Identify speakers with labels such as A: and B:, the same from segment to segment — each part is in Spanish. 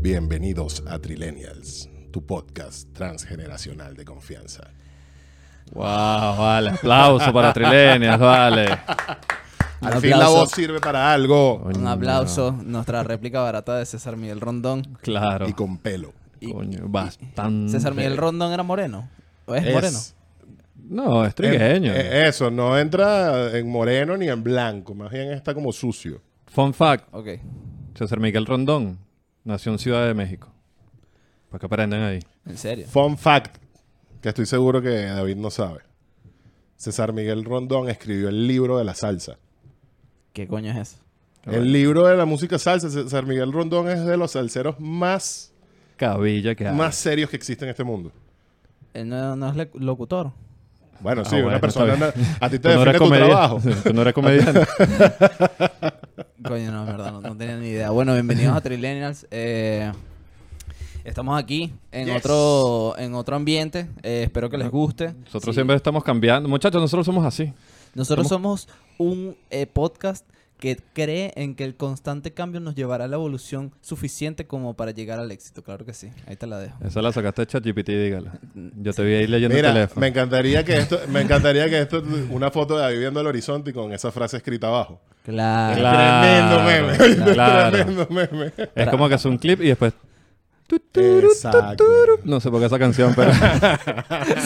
A: Bienvenidos a Trilenials, tu podcast transgeneracional de confianza.
B: Wow, vale. Aplauso para Trilenias, vale.
A: Al fin la
C: aplauso.
A: voz sirve para algo
B: Coño,
C: Un aplauso, nuestra réplica barata de César Miguel Rondón.
B: Claro.
A: y con pelo.
C: Y-
B: Coño, bastante.
C: César Miguel Rondón era moreno. ¿O es,
A: Es-
C: moreno?
B: No, es trigueño.
A: eh, eso, no entra en moreno ni en blanco, más bien está como sucio.
B: Fun fact:
C: Ok.
B: César Miguel Rondón nació en Ciudad de México. Para que aprendan ahí.
C: En serio.
A: Fun fact, que estoy seguro que David no sabe. César Miguel Rondón escribió el libro de la salsa.
C: ¿Qué coño es eso?
B: Ah,
A: El libro de la música salsa, César Miguel Rondón es de los salseros más,
B: Cabilla que hay.
A: más serios que existen en este mundo.
C: Él no, no es le- locutor.
A: Bueno,
B: Ah,
A: sí,
B: bueno,
A: una
B: está
A: persona...
B: bien.
A: A ti
B: Tú
A: te
B: no
A: define
B: eres
A: tu
B: comediante.
A: trabajo.
B: Tú no eres comediante.
C: Coño, no, es verdad, no, no tenía ni idea. Bueno, bienvenidos a Trillennials. Eh, estamos aquí en
A: Yes.
C: otro en otro ambiente. Eh, espero que les guste.
B: Nosotros
C: Sí.
B: siempre estamos cambiando. Muchachos, nosotros somos así.
C: Nosotros somos un eh, podcast que cree en que el constante cambio nos llevará a la evolución suficiente como para llegar al éxito. Claro que sí. Ahí te la dejo.
B: Esa la sacaste de ChatGPT, dígala. Yo te vi ahí leyendo
A: Mira,
B: el teléfono.
A: me encantaría que esto, me encantaría que esto, una foto de viviendo el horizonte y con esa frase escrita abajo.
C: Claro.
B: Claro,
A: Tremendo meme.
B: claro.
A: Tremendo meme.
B: Es como que hace un clip y después. tu, tu, ru, tu,
A: Exacto.
B: tu, ru. No sé por qué esa canción, pero.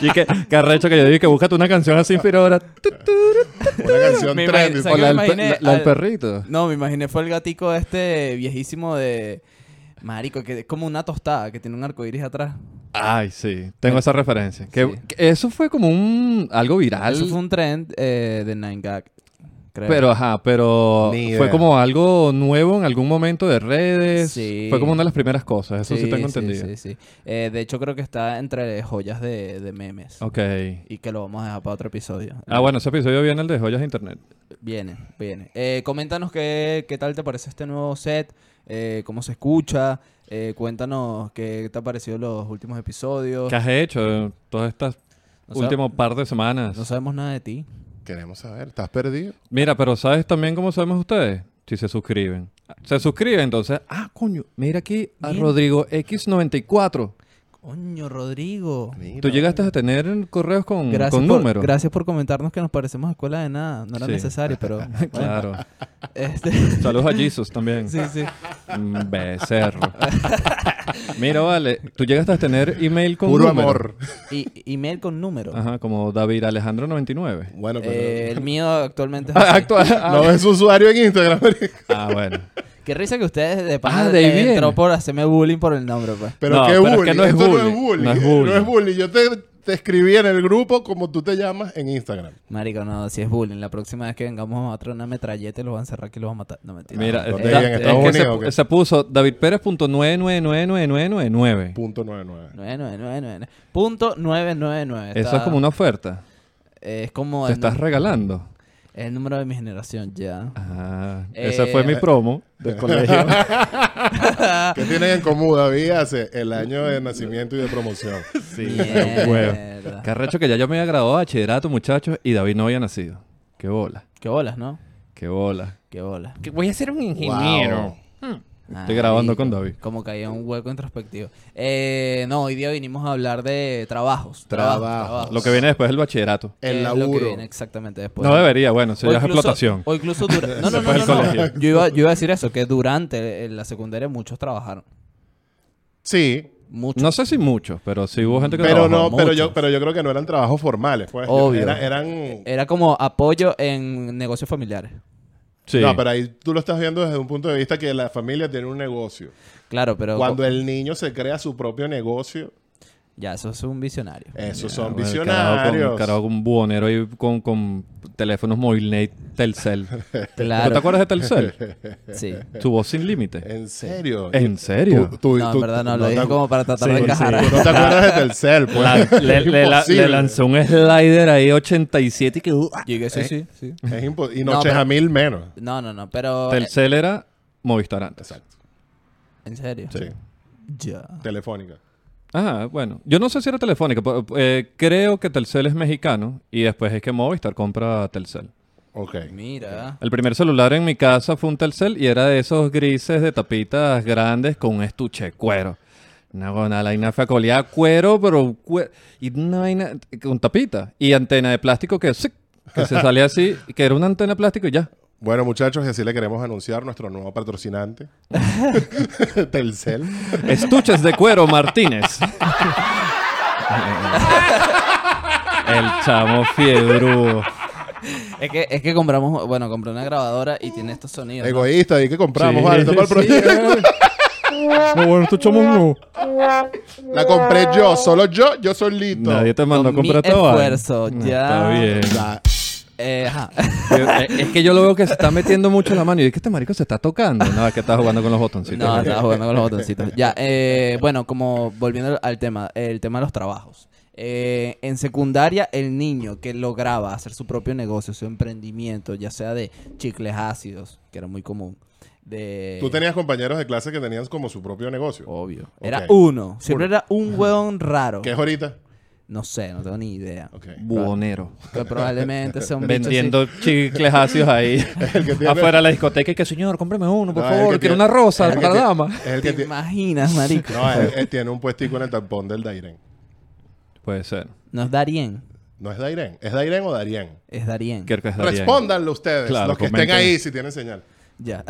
B: y que, que arrecho que yo dije que búscate una canción así inspiradora. Tu, tu, ru, tu.
A: Una canción
C: Me
A: trendy.
C: imagino-
B: O la,
C: me
B: del pe-
C: imaginé
B: la- la del
C: al-
B: perrito.
C: No, me imaginé fue el gatico este viejísimo de... Marico, que es como una tostada que tiene un arco iris atrás.
B: Ay, sí. Tengo esa referencia. Que,
C: Sí.
B: que eso fue como un. Algo viral.
C: Eso fue un trend eh, de Nine Gag, creo.
B: Pero, ajá, pero
A: Ni idea.
B: fue como algo nuevo en algún momento de redes.
C: Sí.
B: Fue como una de las primeras cosas, eso sí, tengo entendido.
C: Sí, sí. Eh, de hecho, creo que está entre joyas de, de memes.
B: Ok.
C: Y que lo vamos a dejar para otro episodio.
B: Ah, bueno, ese episodio viene el de joyas de internet.
C: Viene, viene. Eh, coméntanos qué, qué tal te parece este nuevo set, eh, cómo se escucha, eh, cuéntanos qué te ha parecido los últimos episodios.
B: ¿Qué has hecho todas estas
C: No sab-
B: últimas par de semanas?
C: No sabemos nada de ti.
A: Queremos saber, ¿estás perdido?
B: Mira, pero ¿sabes también cómo sabemos ustedes? Si se suscriben. Se suscriben, entonces. Ah, coño, mira aquí a
C: Mira.
B: Rodrigo X94.
C: Coño, Rodrigo.
B: Tú llegaste a tener correos con,
C: Gracias,
B: Mm, con
C: por,
B: números.
C: gracias por comentarnos que nos parecemos a escuela de nada. No era
B: Sí.
C: necesario, pero. bueno.
B: Claro.
C: Este,
B: Saludos a Jesus también.
C: sí, sí.
B: Mm, Becerro. Mira, vale, tú llegaste a tener email con
A: Puro
B: número.
A: amor.
C: Y, email con número.
B: Ajá, como David Alejandro 99.
A: Bueno, pero...
C: Eh, el mío actualmente es
B: Ah,
C: así.
B: actual.
A: no
B: Ah,
A: ves usuario en Instagram. marico?
B: ah, bueno.
C: Qué risa que ustedes de pana
B: Ah, de ahí
C: le
B: viene.
C: entró por hacerme bullying por el nombre, pues.
A: Pero
B: No,
A: qué
B: pero es
A: bullying.
B: que no es
A: Esto no
B: bullying,
A: es bullying.
B: no es bullying.
A: No es bullying. Yo te, te escribí en el grupo como tú te llamas en Instagram.
C: Marico, no, si es bullying. La próxima vez que vengamos a traer una metralleta y los van a encerrar que los van a matar. No, mentira.
B: Mira,
A: ¿dónde
B: está-
A: viven? ¿En
B: es
A: Estados
B: que se,
A: Unidos o qué?
B: se puso davidperez.9999999.
A: Punto 99.
C: 999. Punto 999.
B: Eso es como una oferta.
C: Es como
B: Te
C: el,
B: estás
C: nu-
B: regalando.
C: el número de mi generación, ya.
B: Ah,
C: Eh,
B: esa fue mi promo del colegio.
C: Ah.
A: ¿Qué tienen en común, David? Hace el año de nacimiento y de promoción.
B: sí,
C: Mierda.
B: huevo. Carrecho que ya yo me había graduado de bachillerato, muchachos, y David no había nacido. Qué bola,
C: Qué bolas, ¿no?
B: qué bola.
C: Qué bola.
B: voy a ser un
A: Wow.
B: Estoy grabando con David.
C: Ah, Como caía un hueco introspectivo. Eh, no, hoy día vinimos a hablar de trabajos.
A: Trabajos.
B: Lo que viene después es el bachillerato.
C: Eh,
A: El
C: lo que
A: laburo.
C: viene exactamente después.
B: No debería, bueno, eso
C: O
B: ya es
C: incluso-
B: explotación.
C: O incluso durante. No, no, no,
B: Después
C: no,
B: del
C: no.
B: colegio.
C: Yo, iba, yo iba a decir eso, que durante eh, la secundaria muchos trabajaron.
A: Sí,
C: Muchos.
B: No sé si muchos, pero sí hubo gente que
A: Pero
B: trabajó.
A: no, pero
C: mucho.
A: yo, pero yo creo que no eran trabajos formales, pues.
C: Obvio.
A: Era- eran.
C: Era como apoyo en negocios familiares.
B: Sí.
A: No, pero ahí tú lo estás viendo desde un punto de vista que la familia tiene un negocio.
C: Claro, pero.
A: Cuando el niño se crea su propio negocio,
C: Ya, eso es un visionario.
A: esos
B: Ah,
A: son
B: bueno, el
A: visionarios.
B: Carajo con, carajo con buhonero y con, con teléfonos móviles Telcel. ¿Tú te Eh,
C: Claro.
B: acuerdas de Telcel?
C: Sí.
B: Tu voz sin límite.
A: En serio.
B: ¿En serio?
A: Tú- tú-
C: No, en
A: tú-
C: verdad no,
A: tú-
C: lo dije
A: te-
C: como para tratar de
B: Sí,
C: encajar.
A: tú no te acuerdas de Telcel, pues.
B: La- le, le- la-
A: Imposible.
B: le lanzó un slider ahí 87 y que... uh, ah.
C: Llegué, sí, sí, sí.
A: Es impo- y
C: No,
A: noches
C: pero-
A: a mil menos.
C: No, no, no, pero. eh,
B: Telcel era Movistar antes.
A: Exacto.
C: En serio.
A: Sí.
C: Ya.
A: Telefónica.
B: Ah, bueno. Yo no sé si era Telefónica. pero, eh, creo que Telcel es mexicano y después es que Movistar compra Telcel.
A: Ok.
C: Mira.
B: El primer celular en mi casa fue un Telcel y era de esos grises de tapitas grandes con un estuche de cuero. Una buena vaina fue colía cuero, pero cue- y una vaina con tapita y antena de plástico que, ¡sic! que se salía así, que era una antena de plástico y ya.
A: Bueno, muchachos, y así le queremos anunciar nuestro nuevo patrocinante, Telcel.
B: Estuches de cuero Martínez. El chamo fiebrudo.
C: Es que, es que compramos, bueno, compré una grabadora y tiene estos
A: Eh,
C: sonidos. ¿no?
A: Egoísta, ¿y qué compramos? vale, esto para el
B: Sí,
A: proyecto.
B: No, bueno, estos chamos no.
A: La compré yo, solo yo, yo solito.
B: Nadie te mandó a
C: Con mi
B: comprar todo.
C: esfuerzo,
B: Está
C: ya.
B: bien.
A: O sea,
C: Eh, ajá.
B: Eh, Es que yo lo veo que se está metiendo mucho la mano y es que este marico se está tocando. No, es que está jugando con los botoncitos.
C: No, estaba jugando con los botoncitos. Ya, eh, bueno, como volviendo al tema, el tema de los trabajos. Eh, en secundaria, el niño que lograba hacer su propio negocio, su emprendimiento, ya sea de chicles ácidos, que era muy común, de...
A: Tú tenías compañeros de clase que tenían como su propio negocio.
B: Oh.
C: Obvio. Era
A: Ok.
C: uno. Siempre era un hueón raro.
A: ¿Qué es ahorita?
C: No sé, no tengo ni idea.
A: Ok.
B: Buonero.
C: Que probablemente sea un bicho así.
B: Vendiendo chicles ácidos ahí
A: El que tiene-
B: afuera de la discoteca y que señor, cómpreme uno, por
A: No, el
B: favor,
A: que
B: quiero
A: tiene-
B: una rosa
A: el que
B: para la
A: tiene-
B: dama.
A: Es el que
C: ¿Te
A: tiene...
C: imaginas, marico?
A: No, él, él tiene un puestico en el tampón del Dairén.
B: Puede ser.
C: No es Darien.
A: No es Dairén. ¿Es Dairén o Darien?
C: Es Darien.
B: Creo que es Darien.
A: Respóndanlo ustedes,
B: Claro,
A: los que estén
B: comenten.
A: ahí, si tienen señal.
C: Ya.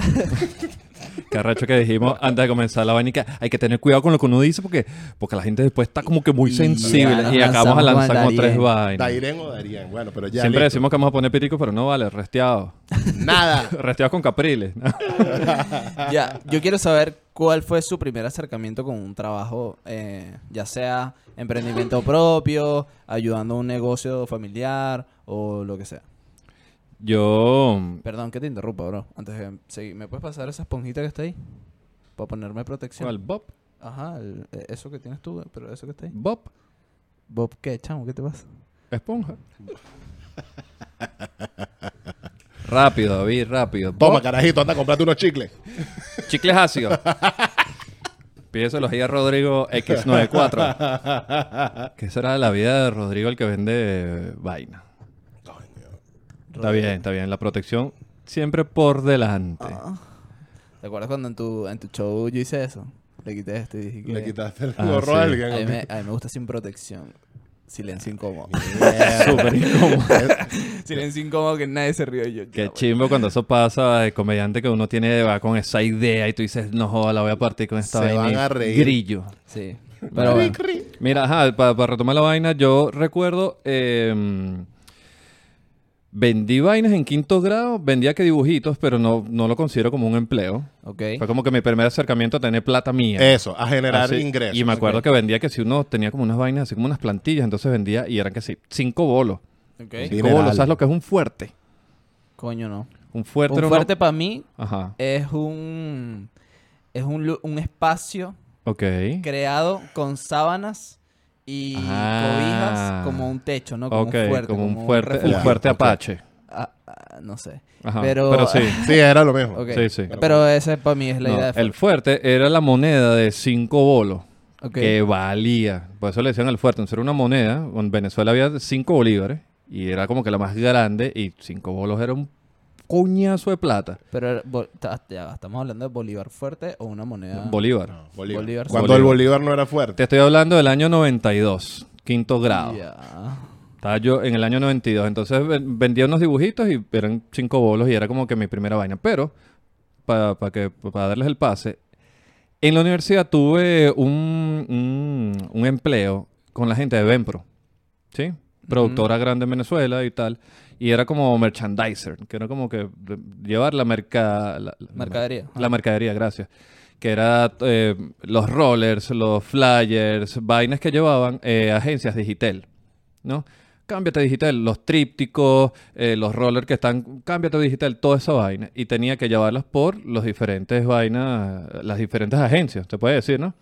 B: Qué arrecho que dijimos antes de comenzar la vaina y que hay que tener cuidado con lo que uno dice porque, porque la gente después está como que muy
C: Y
B: sensible
C: ya nos
B: y acabamos de
C: lanzamos
B: lanzar como
C: con
B: tres
C: Darien.
B: vainas.
A: Dairén o Darien. Bueno, pero ya.
B: Siempre
A: listo.
B: decimos que vamos a poner pirico, pero no vale, resteado.
A: Nada.
B: Resteado con capriles. ¿no?
C: ya. Yo quiero saber cuál fue su primer acercamiento con un trabajo, eh, ya sea emprendimiento propio, ayudando a un negocio familiar o lo que sea.
B: Yo.
C: Perdón que te interrumpa, bro. Antes de seguir, ¿me puedes pasar esa esponjita que está ahí? Para ponerme protección.
B: ¿Cuál? Bob.
C: Ajá, el- eh, eso que tienes tú, pero eso que está ahí.
B: Bob.
C: Bob, ¿qué, chamo? ¿Qué te pasa?
B: Esponja. rápido, David, rápido.
A: Toma,
B: Bob,
A: carajito, anda a comprarte unos chicles.
B: chicles ácidos. Pídeselos ahí a Rodrigo X94. ¿Qué será de la vida de Rodrigo el que vende eh, vaina? Está bien, está bien. La protección siempre por delante.
C: ¿Te acuerdas cuando en tu, en tu show yo hice eso? Le quité esto y dije que...
A: Le quitaste el
B: Ah,
A: gorro
B: sí.
A: a
C: A
A: alguien.
C: mí,
A: ¿ok?
C: me, a mí me gusta sin protección. Silencio incómodo.
B: Ah, Súper incómodo.
C: Silencio incómodo que nadie se rió y yo.
B: Qué
C: ya,
B: chimbo cuando eso pasa de comediante que uno tiene va con esa idea y tú dices, no joda, la voy a partir con esta
A: Se
B: vaina.
A: van
B: y
A: a reír.
B: Grillo.
C: bueno. Sí. Pero bueno,
B: Mira, ajá, para retomar la vaina, yo recuerdo. em, vendí vainas en quinto grado, vendía que dibujitos, pero no, no lo considero como un empleo.
C: ok.
B: Fue como que mi primer acercamiento a tener plata mía.
A: Eso, a
C: Ah,
A: generar
B: Así-
A: ingresos.
B: Y me acuerdo que vendía que si uno tenía como unas vainas, así como unas plantillas, entonces vendía y eran que sí, cinco bolos.
C: Ok.
A: Sí.
B: Cinco
A: Dineral.
B: bolos, ¿sabes lo que es un fuerte?
C: Coño, no.
B: Un fuerte era
C: un
B: una-
C: fuerte para mí
B: Ajá.
C: es un... Es un, lu- un espacio
B: Ok.
C: creado con sábanas y
B: Ah.
C: cobijas como un techo, ¿no? Como
B: Ok,
C: un fuerte.
B: como un fuerte, el
C: refugio.
B: fuerte
A: Ok.
B: apache.
C: Ah, ah, no sé.
B: Ajá.
C: Pero-
B: Pero, sí.
A: Sí, era lo mismo.
C: Ok.
B: Sí, sí.
C: Pero esa para mí es la
B: No,
C: idea de
B: el fuerte era la moneda de cinco bolos
C: Ok.
B: que valía. Por eso le decían el fuerte. Entonces era una moneda. En Venezuela había cinco bolívares y era como que la más grande y cinco bolos era un coñazo de plata.
C: Pero era bol- ta- ya va, estamos hablando de Bolívar fuerte o una moneda.
B: Bolívar.
A: No, Bolívar.
C: Bolívar.
A: Cuando el Bolívar no era fuerte.
B: Te estoy hablando del año 92, quinto grado.
C: Ya.
B: Estaba yo en el año 92. Entonces ven- vendía unos dibujitos y eran cinco bolos y era como que mi primera vaina. Pero, para que, para darles el pase, en la universidad tuve un, un- un empleo con la gente de Venpro. ¿Sí? Productora grande en Venezuela y tal. Y era como merchandiser, que era como que re- llevar la, merca, la, la-
C: Mercadería.
B: La mercadería, gracias. Que era eh, los rollers, los flyers, vainas que llevaban eh, agencias digital. ¿no? Cámbiate digital, los trípticos, eh, los rollers que están, cámbiate digital, toda esa vaina. Y tenía que llevarlas por los diferentes vainas, las diferentes agencias, te puede decir, ¿no?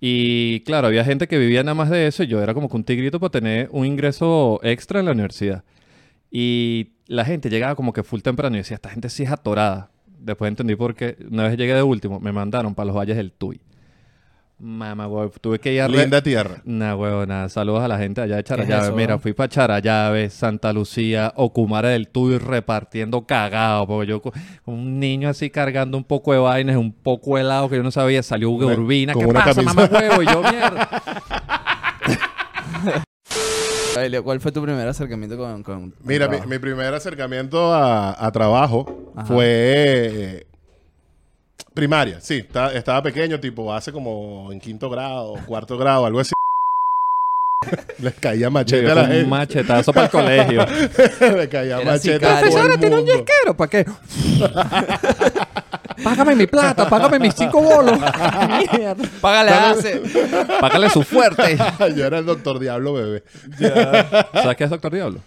B: Y claro, había gente que vivía nada más de eso y yo era como que un tigrito para tener un ingreso extra en la universidad. Y la gente llegaba como que full temprano y decía, esta gente sí es atorada. Después entendí por qué. Una vez llegué de último, me mandaron para los valles del Tuy. Mamá, huevo, tuve que ir a... re-
A: Linda tierra.
B: Nah, huevo, nada. Saludos a la gente allá de
C: ¿Qué es
B: Charallave.
C: eso,
B: Mira,
C: no?
B: fui para Charallave, Santa Lucía, Ocumare del Tuy repartiendo cagado. Porque yo, cu- un niño así cargando un poco de vainas, un poco de helado que yo no sabía. Salió Hugo
A: Una-
B: Urbina.
A: con
B: ¿Qué
A: una
B: pasa,
A: camisa.
B: mamá, huevo? Y yo, mierda.
C: Aurelio, ¿cuál fue tu primer acercamiento con... con con
A: Mira, mi,
C: trabajo?
A: mi primer acercamiento a, a trabajo
C: Ajá.
A: fue eh, primaria, sí. ta- estaba pequeño, tipo, hace como en quinto grado, cuarto grado, algo así. Les caía machete a la
B: un
A: gente.
B: machetazo para el colegio.
A: Les caía
C: Era
A: machete a todo
C: sicario.
A: el
B: Profesora, ¿tiene un
A: mundo.
B: yesquero? ¿Para qué? págame mi plata, págame mis cinco bolos. Mierda.
C: Págale a Ace.
B: Págale su fuerte.
A: Yo era el doctor Diablo bebé.
B: ¿Sabes qué es Doctor Diablo?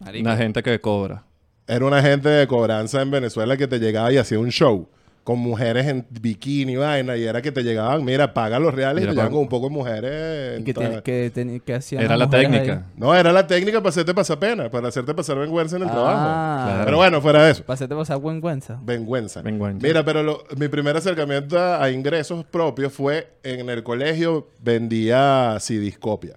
C: Marico.
B: Una gente que cobra.
A: Era un agente de cobranza en Venezuela que te llegaba y hacía un show con mujeres en bikini y vaina. Y era que te llegaban, mira, paga los reales y
B: Mira,
A: te llegaban
B: paga.
A: con un poco de mujeres.
C: ¿Y
A: en
C: qué,
A: toda-
C: tiene- qué teni- qué hacían
B: Era
C: las
B: la
C: mujeres
B: técnica.
C: ahí?
A: No, era la técnica para hacerte pasar pena, para hacerte pasar vergüenza en el
C: Ah.
A: trabajo.
B: Claro.
A: Pero bueno, fuera de eso.
C: Pasete por esa vergüenza.
A: Vergüenza.
B: Vergüenza.
A: Mira, pero lo- mi primer acercamiento a, a ingresos propios fue en el colegio, vendía Cidiscopia.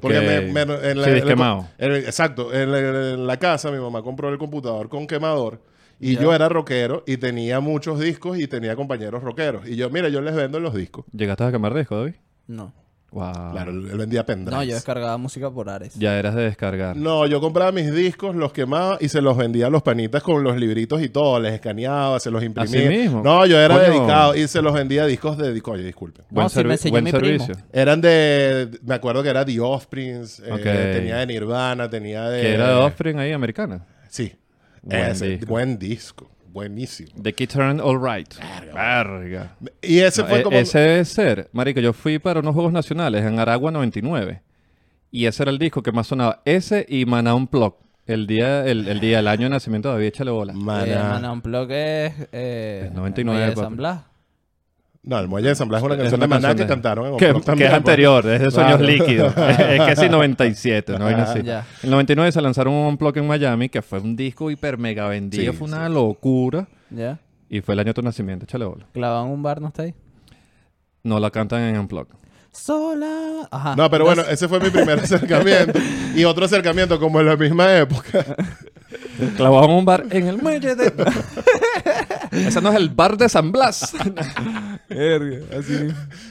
A: Porque
B: Ok.
A: me- me- en la,
B: Sí,
A: en la-
B: quemado.
A: en- exacto, en la, en la casa mi mamá compró el computador con quemador y yo era rockero y tenía muchos discos y tenía compañeros rockeros. Y yo, mira, yo les vendo los discos.
B: ¿Llegaste a quemar disco, David?
C: No.
B: Wow.
A: Claro, él vendía pendrives.
C: No, yo descargaba música por Ares. Eh,
B: Ya eras de descargar.
A: No, yo compraba mis discos, los quemaba y se los vendía a los panitas con los libritos y todo. Les escaneaba, se los imprimía.
B: Así mismo.
A: No, yo era
B: Coño.
A: dedicado y se los vendía a discos de... di- Coño, disculpen.
B: Buen,
C: No, sí, me
B: servi-
C: enseñó
B: buen
C: mi primo.
B: servicio.
A: Eran de... Me acuerdo que era The Offspring, eh,
B: Ok.
A: tenía de Nirvana, tenía de...
B: Que era de Offspring ahí, americana.
A: Sí.
B: Buen
A: Ese,
B: disco.
A: buen disco. Buenísimo.
B: The Key Turn All Right. Verga.
A: Y ese
B: No,
A: fue
B: e-
A: como...
B: Ese debe ser. Marico, yo fui para unos Juegos Nacionales en Aragua 99. Y ese era el disco que más sonaba. Ese y Maná Unplugged. El día, el, el día, el año de nacimiento de David, échale bola.
A: Maná.
C: Eh, Maná Unplugged es... Eh,
B: Es 99,
C: Muelle de
B: papi.
C: San Blas.
A: No, el Muelle de San Blas es una
B: Es
A: canción
B: una
A: de Maná
B: canción
A: que
B: de-
A: cantaron en
B: Que,
A: Octavo
B: que
A: también,
B: es
A: pues.
B: anterior, es de Sueños
A: Claro. Ah,
B: Líquidos. es casi 97, ¿no? Vaina así.
C: Ya.
B: En 99 se lanzaron un Unplugged en Miami, que fue un disco hiper mega vendido.
A: Sí,
B: fue una locura.
C: Ya.
B: Y fue el año de tu nacimiento, échale bola.
C: Clavan un bar, ¿no está ahí?
B: No la cantan en Unplugged.
C: Sola. Ajá.
A: No, pero bueno,
C: Entonces,
A: ese fue mi primer acercamiento. y otro acercamiento como en la misma época.
B: Clavaban un bar en el muelle de... Ese no es el bar de San Blas.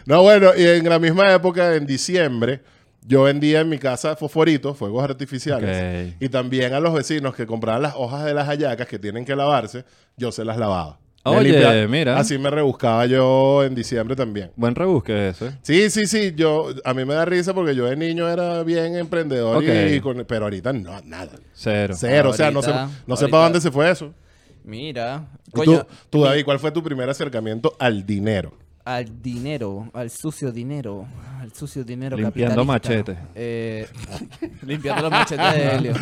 A: No, bueno, y en la misma época, en diciembre, yo vendía en mi casa fosforitos, fuegos artificiales.
B: Ok.
A: Y también a los vecinos que compraban las hojas de las hallacas que tienen que lavarse, yo se las lavaba. Me
B: Oye, mira.
A: Así me rebuscaba yo en diciembre también.
B: Buen rebusque ese.
A: Sí, sí, sí. Yo, a mí me da risa porque yo de niño era bien emprendedor, y-
B: Ok.
A: y con- pero ahorita no, nada.
B: Cero.
A: Cero, o sea, no sé,
C: Ahorita,
A: no sé
C: ahorita.
A: para dónde se fue eso.
C: Mira.
A: Y
C: Coño,
A: tú, tú, David, ¿cuál fue tu primer acercamiento al dinero?
C: al dinero, al sucio dinero, al sucio dinero
B: Limpiando
C: capitalista.
B: machetes.
C: Eh, limpiando los machetes de Helio.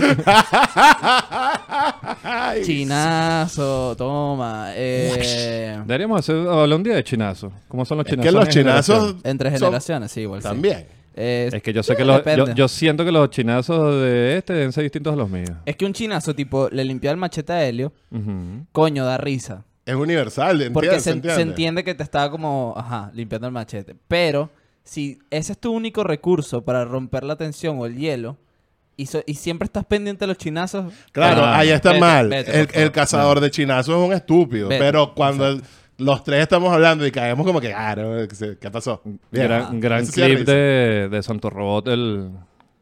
C: Chinazo, toma. Eh,
B: Deberíamos hacer hablar un día de chinazo. ¿Cómo son los
A: Es que
B: chinazos?
A: los
B: en generación?
A: chinazos
C: entre
A: son-
C: generaciones, sí, igual. sí.
A: también.
C: Eh,
B: Es que yo sé que los...
C: depende.
B: Yo, yo siento que los chinazos de este deben ser distintos a los míos.
C: Es que un chinazo, tipo, le limpió el machete a Helio,
B: Ujú.
C: coño, da risa.
A: Es universal, ¿entiendes?
C: Porque se,
A: ¿Entiendes?
C: se entiende que te estaba como, ajá, limpiando el machete. Pero si ese es tu único recurso para romper la tensión o el hielo, y, so- y siempre estás pendiente de los chinazos,
A: Claro,
B: Ah,
A: ahí está
C: vete,
A: mal.
C: vete,
A: el,
C: por favor.
A: el cazador de chinazos es un estúpido.
C: Vete.
A: Pero cuando el- los tres estamos hablando y caemos como que, ah, no, ¿qué qué pasó? Bien.
B: Gran, gran
A: Ese sí da
B: clip
A: risa.
B: de, de Santo Robot, el...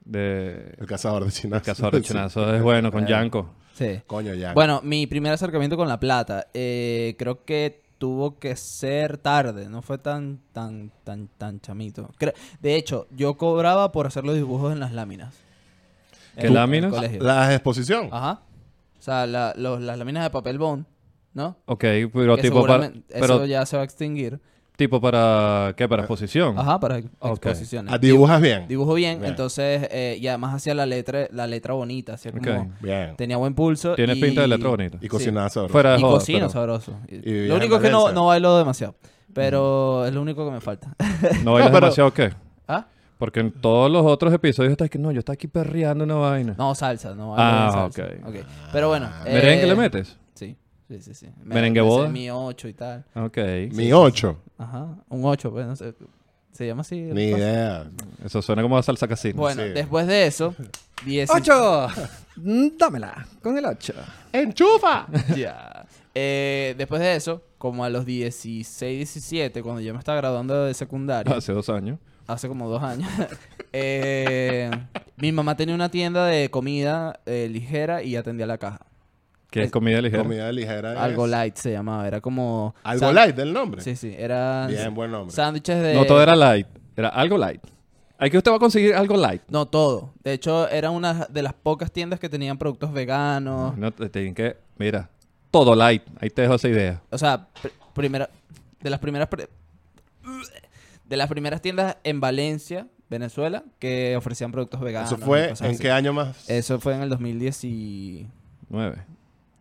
B: De...
A: El cazador de chinazos.
B: Cazador de
A: Sí. Eh.
B: chinazos es bueno con Yanko.
C: sí.
A: Coño, ya.
C: Bueno, mi primer acercamiento con la plata, eh, creo que tuvo que ser tarde, no fue tan, tan, tan, tan chamito. Cre- de hecho, yo cobraba por hacer los dibujos en las láminas.
B: ¿Qué
C: En- en el
B: láminas?
C: colegio.
A: La exposición.
C: Ajá. O sea, la- los- las láminas de papel bond, ¿no?
B: Ok, pero
C: Que
B: tipo para...
C: seguramente
B: Pero
C: Eso ya se va a extinguir.
B: tipo para... ¿Qué? Para exposición.
C: Ajá, para
B: Mm. Ok.
C: exposiciones.
A: Ah, Dibujas bien.
C: Dibujo bien,
A: Bien.
C: entonces, eh, y además hacía la letra, la letra bonita, hacía como...
B: Ok.
A: bien.
C: Tenía buen pulso.
B: Tienes
C: y-
B: pinta de letra bonita.
A: Y cocinada sabroso.
B: Fuera de
C: Y
B: joda,
C: cocino
B: pero
C: sabroso. Y-
A: Y vives
C: lo único
A: en
C: es que no,
A: Valencia.
C: no bailo demasiado. Pero es lo único que me falta.
B: ¿No bailas
A: No, pero-
B: demasiado qué?
C: ¿Ah?
B: Porque en todos los otros episodios estás que no, yo estaba aquí perreando una vaina.
C: No, salsa. No bailo
B: Ah,
C: bien salsa.
B: ok.
C: Pero bueno. eh,
B: ¿Merengue le metes?
C: Sí. Sí, sí, sí. Me-
B: ¿Merengue
C: me sé
B: boda?
C: Mi 8 y tal.
B: Ok.
A: Mi 8.
C: Ajá. Un 8, pues, no sé. ¿Se llama así?
A: Ni
B: eh,
A: idea.
B: Eso suena como a salsa casino.
C: Bueno,
A: Sí.
C: después de eso, 10.
B: ¡Ocho!
C: mm,
B: Dámela, con el ocho.
A: ¡Enchufa!
C: Ya. Eh, después de eso, como a los 16, 17, cuando yo me estaba graduando de secundaria,
B: Hace dos años.
C: hace como dos años, eh, mi mamá tenía una tienda de comida eh, ligera y atendía la caja.
B: Que
C: Es-
B: es comida ligera.
A: Comida ligera.
C: Algo
A: es-
C: light se llamaba, era como...
A: Algo
C: sand-
A: light del nombre.
C: Sí, sí, era...
A: Bien, buen nombre.
C: Sándwiches de...
B: No todo era light, era algo light. Aquí usted va a conseguir algo light.
C: No todo. De hecho, era una de las pocas tiendas que tenían productos veganos.
B: No te tienen que, mira, todo light. Ahí te dejo esa idea.
C: O sea, pr- primera, de las primeras pre- de las primeras tiendas en Valencia, Venezuela, que ofrecían productos veganos.
A: Eso
C: y
A: fue
C: cosas
A: en
C: así.
A: qué año más.
C: Eso fue en el 2016.
B: Nueve.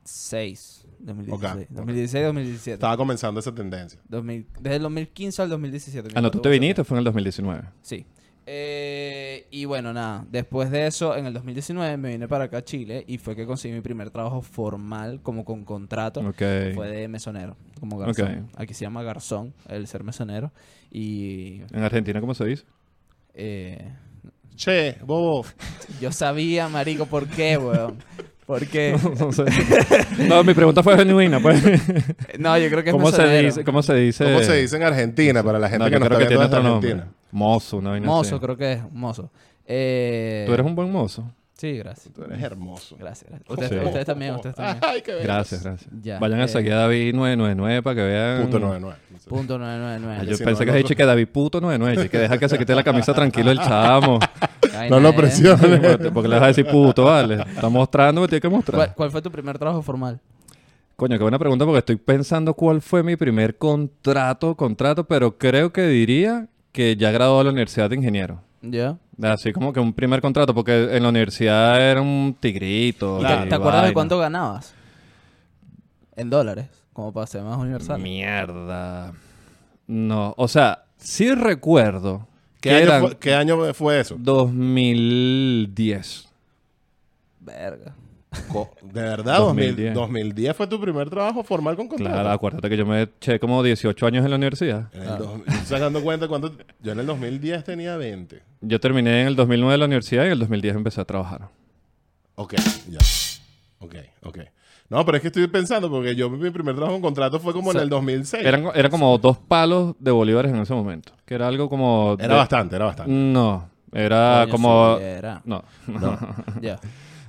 C: 2016,
A: Ok, ok.
C: 2016, 2017.
A: Estaba comenzando esa tendencia.
C: 2000 desde el 2015 al 2017.
B: Ah, no, tú te
C: Cuatro
B: viniste,
C: años.
B: fue en el 2019.
C: Sí. Eh, y bueno, nada. Después de eso, en el 2019 me vine para acá a Chile y fue que conseguí mi primer trabajo formal, como con contrato.
B: Ok.
C: Fue de mesonero, como garzón.
B: Ok.
C: Aquí se llama garzón, el ser mesonero. Y
B: En Argentina, ¿cómo se dice?
C: eh,
A: Che, bobo.
C: yo sabía, marico, por qué, weón. Porque...
B: no, sé. No, mi pregunta fue genuina. Pues.
C: No, yo creo que es
B: ¿Cómo, se
C: mesonero.
B: dice, ¿Cómo se dice?
A: ¿Cómo se dice en Argentina para la gente
B: No,
A: que
B: yo
A: no
B: creo
A: está
B: que
A: viendo
B: tiene
A: desde
B: otro
A: Argentina?
B: nombre. Mozo, no vaina
C: Mozo,
B: así.
C: creo que es. Mozo. Eh,
B: Tú eres un buen mozo.
C: Sí, gracias.
A: Tú eres hermoso.
C: Gracias, gracias. Ustedes,
B: Sí.
C: ustedes
A: Oh.
C: también, ustedes también.
A: Ay, qué bello.
B: Gracias, gracias.
C: Eh, Ya,
B: Vayan a
C: eh,
B: seguir a David 999 para que vean.
A: Punto 99.
C: Punto
B: Ah,
C: 999.
B: Yo
A: Si no,
B: pensé
A: el
B: que has dicho
A: otro-
B: que David puto 99, que deja que se quite la camisa tranquilo el chamo.
C: Ay,
A: No
C: nada,
A: lo
C: eh.
A: presiones.
B: Porque porque le vas a decir puto, vale. Está mostrando que tiene que
C: ¿Cuál,
B: mostrar.
C: cuál fue tu primer trabajo formal?
B: Coño, qué buena pregunta porque estoy pensando cuál fue mi primer contrato, contrato, pero creo que diría que ya graduado de la Universidad de Ingeniero.
C: ¿Yo?
B: Así como que un primer contrato, porque en la universidad era un tigrito.
A: Claro.
B: y
C: ¿Te acuerdas
B: vaina.
C: de cuánto ganabas? En dólares, como para ser más universal.
B: Mierda. No, o sea, sí recuerdo
A: ¿Qué,
B: que
A: año
B: eran
A: fue, ¿Qué año fue eso?
B: 2010.
C: Verga.
A: Co- ¿De verdad? 2010.
B: 2010.
A: 2010 fue tu primer trabajo formal con contrato.
B: Claro, acuérdate que yo me eché como 18 años en la universidad.
A: En el dos- yo estoy sacando cuenta cuando yo en el 2010 tenía 20.
B: Yo terminé en el 2009 en la universidad y en el 2010 empecé a trabajar.
A: Ok, ya. Ok, ok. No, pero es que estoy pensando porque yo mi primer trabajo en contrato fue como
C: O sea,
A: en el 2006.
B: Eran, era como dos palos de bolívares en ese momento. Que era algo como...
A: Era
B: de- Mm.
A: bastante, era bastante.
B: No,
A: Ah,
B: era
C: Coño,
B: como...
C: sí, era.
B: No,
C: Ya.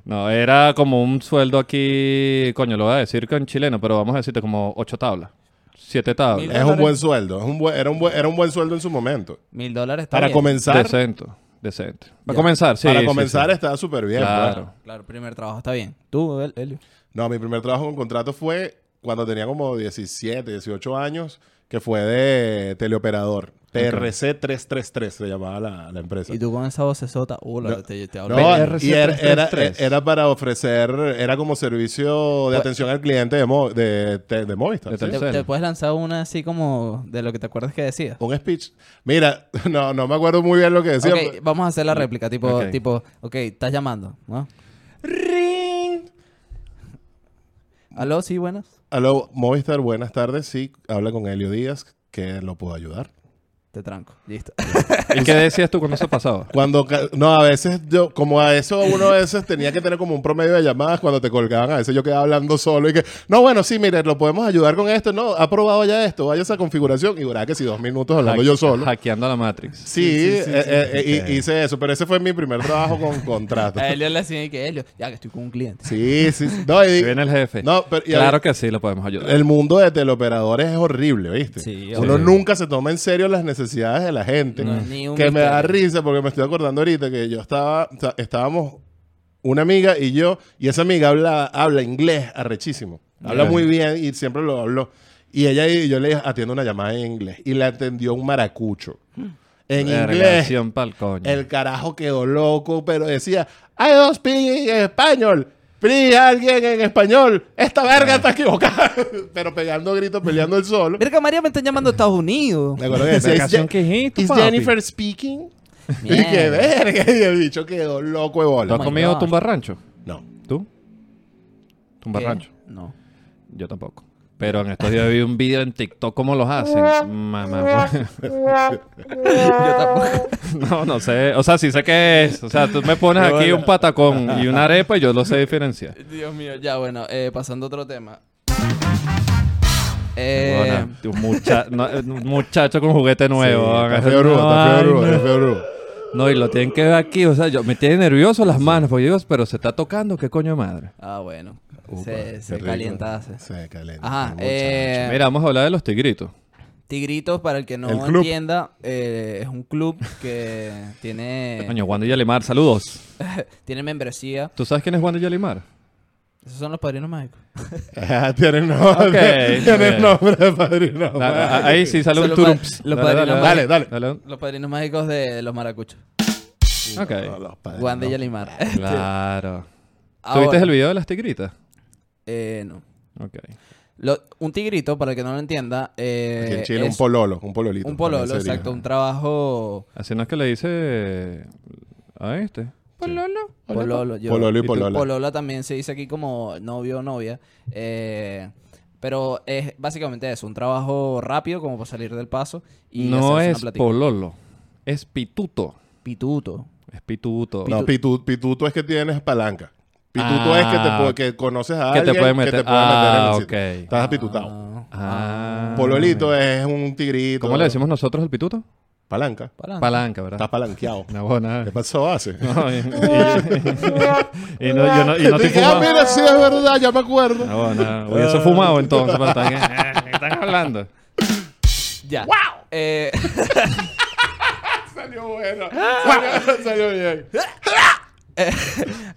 B: no, era como un sueldo aquí... Coño, lo voy a decir con chileno, pero vamos a decirte como ocho tablas. Siete tablas.
C: Mil-
A: Es un
C: dólares.
A: buen sueldo, es un buen- era, un buen, era un buen sueldo en su momento.
C: Mil dólares está
A: Para
C: bien.
A: comenzar,
B: Decente, decente. Para
C: Ya.
B: comenzar, sí.
A: para
B: sí,
A: comenzar
B: sí.
A: estaba súper bien.
B: Claro.
A: claro.
C: Claro, primer trabajo está bien. Tú, El- Elio.
A: No, mi primer trabajo con contrato fue cuando tenía como 17, 18 años, que fue de teleoperador. TRC 333 se llamaba la, la empresa.
C: Y tú con esa vocesota. Hola,
A: No.
C: te, te hablo.
A: No,
B: PRC
A: y era, era,
B: 333.
A: era para ofrecer, era como servicio de
C: Pues-
A: atención al cliente de, Mo- de, de- de Movistar.
B: De
A: ¿sí?
B: Telcel.
C: te, te puedes lanzar una así como de lo que te acuerdas que decías.
A: Un speech. Mira, no, no me acuerdo muy bien lo que decía. pues,
C: Ok, vamos a hacer la réplica. Tipo,
B: Ok.
C: tipo, ok, estás llamando, ¿no?
A: Ring.
C: Aló, sí, buenas.
A: Aló, Movistar, buenas tardes. Sí, habla con Helio Díaz, que lo puedo ayudar.
C: Te tranco. Listo.
B: ¿Y qué decías tú cuando eso pasaba?
A: Cuando ca- no, a veces yo, como a eso uno a veces tenía que tener como un promedio de llamadas cuando te colgaban, a veces yo quedaba hablando solo y que, no, bueno, sí, mire, lo podemos ayudar con esto, no, ha probado ya esto, vaya esa configuración y verá que si dos minutos hablando
B: Hack-
A: yo solo.
B: Hackeando a la Matrix.
A: Sí, Eh, eh, eh, eh, hi- hice eso, pero ese fue mi primer trabajo con contrato.
C: A Elio le decía que Elio, ya que estoy con un cliente.
A: Sí, sí, sí. No, y-
B: Si viene el jefe.
A: no, pero y-
B: claro que sí, lo podemos ayudar.
A: el mundo de teleoperadores es horrible, ¿viste?
C: Sí,
A: Uno
B: sí.
A: nunca se toma en serio las necesidades de la gente.
C: No es ni un
A: que me da
C: misterio.
A: risa porque me estoy acordando ahorita que yo estaba, o sea, estábamos una amiga y yo, y esa amiga habla, habla inglés arrechísimo. Habla
B: Ok.
A: muy bien y siempre lo habló. Y ella y yo le dije, atiendo una llamada en inglés. Y la atendió un maracucho.
C: Mm.
A: En
B: Verga,
A: inglés.
B: acción pa'l coño.
A: El carajo quedó loco, pero decía, I don't speak en español. Please, alguien en español. Esta verga
C: Ah.
A: está equivocada. pero pegando gritos, peleando el solo.
C: Verga, María, me están llamando a Estados Unidos.
A: Me acuerdo que decía,
B: La
A: "Is
B: canción
A: Je-
B: que hijito,
A: is
B: papi".
A: Jennifer speaking? Y que
C: Mierda.
A: verga. Y el bicho quedó loco de
B: ¿Tú
A: bola.
B: has
C: my
B: comido
C: God.
B: tumbarrancho?
A: No.
B: ¿Tú?
C: ¿Qué?
B: Tumbarrancho.
C: No.
B: Yo tampoco. Pero en estos días vi un video en TikTok cómo los hacen. Mamá. No, no sé. O sea, sí sé qué es. O sea, tú me pones
C: Pero
B: aquí
C: bueno.
B: un patacón y una arepa y yo lo sé diferenciar.
C: Dios mío, ya bueno, eh, pasando a otro tema. Eh,
B: Bueno, tú, mucha- no, eh, un muchacho con juguete nuevo.
A: Sí,
B: van a
A: está
B: hacer
A: feo rudo,
B: una
A: está feo rudo,
B: vaina.
A: está feo rudo.
B: No, y lo tienen que ver aquí. O sea, yo, me tiene nervioso las manos. Porque yo digo, pero se está tocando. ¿Qué coño de madre?
C: Ah, bueno.
A: Upa,
C: se
A: qué
C: se
A: rico.
C: calienta hace.
A: Se calienta.
C: Ajá.
A: muchacho.
C: Eh,
B: Mira, vamos a hablar de los tigritos.
C: Tigritos, para el que no
A: El club.
C: entienda, eh, es un club que
A: Eh.
C: tiene,
B: Coño, Wanda y Yalimar, saludos.
C: tiene membresía.
B: ¿Tú sabes quién es Wanda y Yalimar?
C: Esos son los padrinos mágicos.
A: Ah, Tienen nombre.
B: Ok,
A: Tienen
B: bien.
A: nombre de padrino.
B: Ah, ah, ah, Ahí sí sale
C: Son
B: un
C: los
B: turumps.
C: pa- los padrinos
B: dale, dale,
A: mágicos.
B: dale.
C: Los padrinos mágicos de los maracuchos. ah,
B: Ok.
A: No, los padrinos.
C: Wanda y Yalimar.
B: Claro.
C: Ahora,
A: Ah,
B: ¿Tuviste el video de las tigritas?
C: Eh, no.
B: Ok.
C: Lo- un tigrito, para el que no lo entienda, eh,
A: Aquí en Chile, un
C: es
A: pololo, un pololito.
C: un pololo,
A: También se
C: exacto, un
A: dice.
C: trabajo
B: Así no es que le dice eh, a este. Pololo.
C: pololo. yo-
A: Pololo y
B: ¿Y tú?
A: polola.
C: Polola también se dice aquí como novio o novia. eh, pero es básicamente eso, un trabajo rápido como para salir del paso. Y
B: no
C: hacerse una
B: es
C: platica.
B: pololo. Es pituto.
C: Pituto.
B: Es pituto.
A: No, pitu- pituto es que tienes palanca. Pituto
B: Ah,
A: es que, te, po- que conoces a
B: que te
A: alguien
B: pueden
A: que
B: meter.
A: te pueden meter en
B: Ah,
A: el sitio.
B: ok.
A: Estás apitutado.
B: Ah,
A: Pololito es un tigrito.
B: ¿Cómo le decimos nosotros al pituto?
A: Palanca.
C: Palanca.
B: Palanca,
A: Estás
B: ¿verdad?
A: palanqueado.
B: Una buena.
A: ¿Qué pasó hace?
B: No, y, y- y no, yo no, y no estoy
A: Dije, ah,
B: fumando.
A: mira, sí, es verdad, ya me acuerdo.
B: Ah, bueno, hubiese fumado entonces. pero están, eh, ¿qué están hablando?
C: Ya. Eh,
A: Salió bueno. Salió, salió bien.